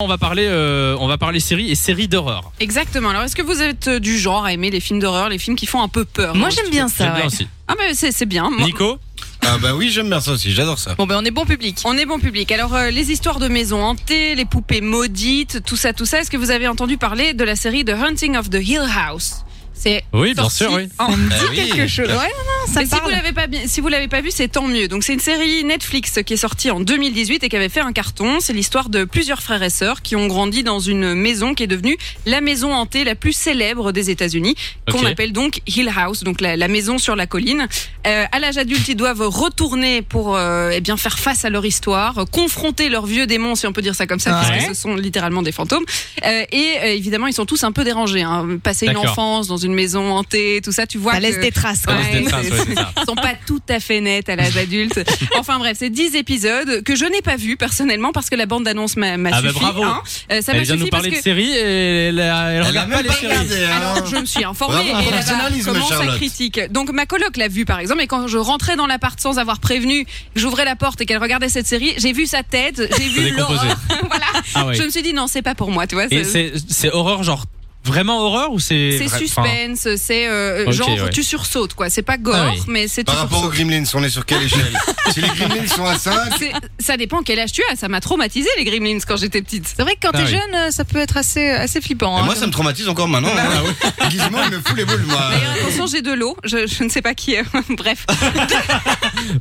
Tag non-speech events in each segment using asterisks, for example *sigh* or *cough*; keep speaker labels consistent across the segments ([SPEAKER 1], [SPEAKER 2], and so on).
[SPEAKER 1] On va parler, euh, on va parler séries et séries d'horreur.
[SPEAKER 2] Exactement. Alors, est-ce que vous êtes euh, du genre à aimer les films d'horreur, les films qui font un peu peur
[SPEAKER 3] Moi
[SPEAKER 2] hein
[SPEAKER 3] j'aime bien
[SPEAKER 1] J'aime
[SPEAKER 3] ça.
[SPEAKER 1] bien
[SPEAKER 3] ouais.
[SPEAKER 1] aussi.
[SPEAKER 2] Ah, mais c'est c'est bien. Moi,
[SPEAKER 1] Nico,
[SPEAKER 4] Ah bah oui, j'aime bien ça aussi, j'adore ça.
[SPEAKER 3] Bon ben on est bon public.
[SPEAKER 2] On est bon public. Alors, euh, les histoires de maisons hantées, les poupées maudites, tout ça, tout ça. Est-ce que vous avez entendu parler de la série The Hunting of the Hill House C'est
[SPEAKER 1] oui, bien
[SPEAKER 2] sorti
[SPEAKER 1] sûr, oui.
[SPEAKER 2] en-
[SPEAKER 4] Bah oui.
[SPEAKER 3] Ouais non, non, ça
[SPEAKER 2] Et
[SPEAKER 3] me
[SPEAKER 2] si vous
[SPEAKER 3] parle.
[SPEAKER 2] l'avez pas bien, si vous l'avez pas vu, c'est tant mieux. Donc c'est une série Netflix qui est sortie en 2018 et qui avait fait un carton. C'est l'histoire de plusieurs frères et sœurs qui ont grandi dans une maison qui est devenue la maison hantée la plus célèbre des États-Unis, qu'on
[SPEAKER 1] Ok.
[SPEAKER 2] appelle donc Hill House, donc la, la maison sur la colline. Euh, à l'âge adulte, ils doivent retourner pour euh, eh bien faire face à leur histoire, euh, confronter leurs vieux démons, si on peut dire ça comme ça,
[SPEAKER 3] Ouais.
[SPEAKER 2] puisque ce sont littéralement des fantômes. Euh, et euh, évidemment, ils sont tous un peu dérangés. Hein. Passer une
[SPEAKER 1] D'accord.
[SPEAKER 2] enfance dans une maison hantée, tout ça, tu vois.
[SPEAKER 3] Ça laisse
[SPEAKER 2] que-
[SPEAKER 3] des traces.
[SPEAKER 1] Ça
[SPEAKER 3] quoi.
[SPEAKER 2] Ouais.
[SPEAKER 1] laisse des traces,
[SPEAKER 2] c'est-
[SPEAKER 1] ouais, c'est ça.
[SPEAKER 2] ne sont pas tout à fait nettes à
[SPEAKER 1] *laughs*
[SPEAKER 2] l'âge adulte. Enfin bref, c'est 10 épisodes que je n'ai pas vu personnellement parce que la bande d'annonce m'a m'a
[SPEAKER 1] Ah bah
[SPEAKER 2] suffi.
[SPEAKER 1] bravo.
[SPEAKER 2] hein. Euh, ça
[SPEAKER 1] Elle
[SPEAKER 2] m'a
[SPEAKER 1] vient
[SPEAKER 2] suffi
[SPEAKER 1] nous parler de
[SPEAKER 2] parce que...
[SPEAKER 1] séries et elle, elle
[SPEAKER 4] Elle a
[SPEAKER 1] regarde pas
[SPEAKER 4] même
[SPEAKER 1] les
[SPEAKER 4] pas
[SPEAKER 1] séries.
[SPEAKER 4] regardé, hein.
[SPEAKER 2] Alors, je me suis informée
[SPEAKER 4] Bravo,
[SPEAKER 2] et là-bas
[SPEAKER 4] professionnalisme,
[SPEAKER 2] comment ça
[SPEAKER 4] Charlotte.
[SPEAKER 2] critique. Donc ma coloc l'a vu par exemple et quand je rentrais dans l'appart sans avoir prévenu, que j'ouvrais la porte et qu'elle regardait cette série, j'ai vu sa tête, j'ai vu
[SPEAKER 1] décomposé.
[SPEAKER 2] *laughs* l'horreur. voilà.
[SPEAKER 1] Ah oui.
[SPEAKER 2] Je me suis dit non, c'est pas pour moi, tu vois.
[SPEAKER 1] Et
[SPEAKER 2] c'est-
[SPEAKER 1] c'est c'est horreur genre vraiment horreur ou c'est
[SPEAKER 2] C'est
[SPEAKER 1] enfin,
[SPEAKER 2] suspense, c'est euh,
[SPEAKER 1] Ok,
[SPEAKER 2] genre
[SPEAKER 1] ouais.
[SPEAKER 2] tu sursautes quoi. C'est pas gore,
[SPEAKER 1] Ah oui.
[SPEAKER 2] mais c'est tu
[SPEAKER 4] Par rapport
[SPEAKER 2] sursautes.
[SPEAKER 4] aux Gremlins, on est sur quelle échelle Si les Gremlins sont à 5,
[SPEAKER 2] C'est- Ça dépend quel âge tu as. Ça m'a traumatisé les Gremlins quand j'étais petite.
[SPEAKER 3] C'est vrai que quand
[SPEAKER 1] Ah
[SPEAKER 3] t'es
[SPEAKER 1] oui.
[SPEAKER 3] jeune, euh, ça peut être assez assez flippant. hein,
[SPEAKER 4] eh moi ça me traumatise encore maintenant. hein. Guillemot, il me fout les boules, moi.
[SPEAKER 2] D'ailleurs, attention, j'ai de l'eau. Je, je ne sais pas qui est. *laughs* Bref.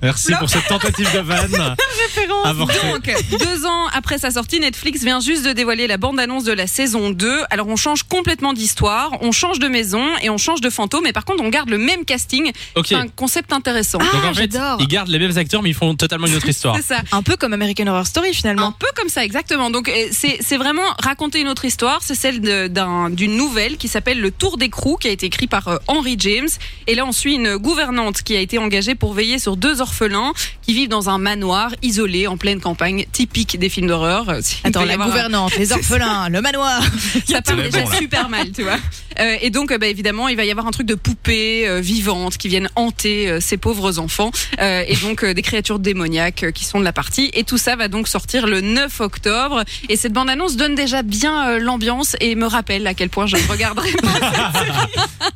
[SPEAKER 1] Merci pour cette tentative de vanne.
[SPEAKER 3] référence.
[SPEAKER 1] avortée.
[SPEAKER 2] Donc, deux ans après sa sortie, Netflix vient juste de dévoiler la bande-annonce de la saison 2. Alors, on change complètement d'histoire, on change de maison et on change de fantôme. Mais par contre, on garde le même casting.
[SPEAKER 1] Ok.
[SPEAKER 2] C'est un concept intéressant.
[SPEAKER 3] Ah,
[SPEAKER 1] Donc en fait,
[SPEAKER 3] j'adore.
[SPEAKER 1] ils gardent les mêmes acteurs mais ils font totalement une autre histoire.
[SPEAKER 2] C'est ça.
[SPEAKER 3] Un peu comme American Horror Story
[SPEAKER 2] Un
[SPEAKER 3] finalement.
[SPEAKER 2] peu comme ça, exactement. Donc, euh, c'est c'est vraiment raconter une autre histoire. C'est celle de- d'un- d'une nouvelle qui s'appelle Le Tour des Crous, qui a été écrit par euh, Henry James. Et là, on suit une gouvernante qui a été engagée pour veiller sur deux orphelins qui vivent dans un manoir isolé en pleine campagne, typique des films d'horreur. Euh, s'il
[SPEAKER 3] Attends,
[SPEAKER 2] peut y
[SPEAKER 3] la
[SPEAKER 2] avoir un-
[SPEAKER 3] gouvernante, *laughs* les orphelins, le manoir.
[SPEAKER 2] ça part
[SPEAKER 1] Mais
[SPEAKER 2] déjà
[SPEAKER 1] bon, là.
[SPEAKER 2] super mal, tu vois. *laughs* Euh, et donc, euh, bah, évidemment, il va y avoir un truc de poupées euh, vivantes qui viennent hanter euh, ces pauvres enfants. Euh, et donc, euh, des créatures démoniaques euh, qui sont de la partie. Et tout ça va donc sortir le 9 octobre. Et cette bande-annonce donne déjà bien euh, l'ambiance et me rappelle à quel point je ne *laughs* regarderai pas.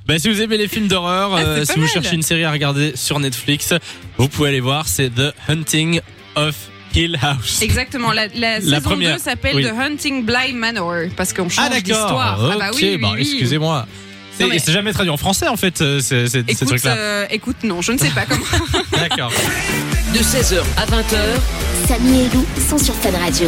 [SPEAKER 1] Bah, si vous aimez les films d'horreur,
[SPEAKER 3] c'est
[SPEAKER 1] euh,
[SPEAKER 3] pas
[SPEAKER 1] si vous
[SPEAKER 3] mal.
[SPEAKER 1] cherchez une série à regarder sur Netflix, vous pouvez aller voir, c'est The Hunting of Hill House.
[SPEAKER 2] Exactement. La, la, saison
[SPEAKER 1] première,
[SPEAKER 2] 2 s'appelle
[SPEAKER 1] oui. Ah,
[SPEAKER 2] The Hunting Bly Manor. Parce qu'on change d'histoire.
[SPEAKER 1] Ok,
[SPEAKER 2] ah bah oui, oui,
[SPEAKER 1] bah,
[SPEAKER 2] oui.
[SPEAKER 1] excusez-moi. C'est
[SPEAKER 2] Non, mais-
[SPEAKER 1] c'est jamais traduit en français en fait, euh, ces- ces- ces
[SPEAKER 2] Écoute,
[SPEAKER 1] trucs-là.
[SPEAKER 2] euh, écoute, non, je ne sais pas comment. *laughs*
[SPEAKER 1] D'accord.
[SPEAKER 5] de 16h à 20h.
[SPEAKER 6] Samy et Lou sont sur Fun Radio.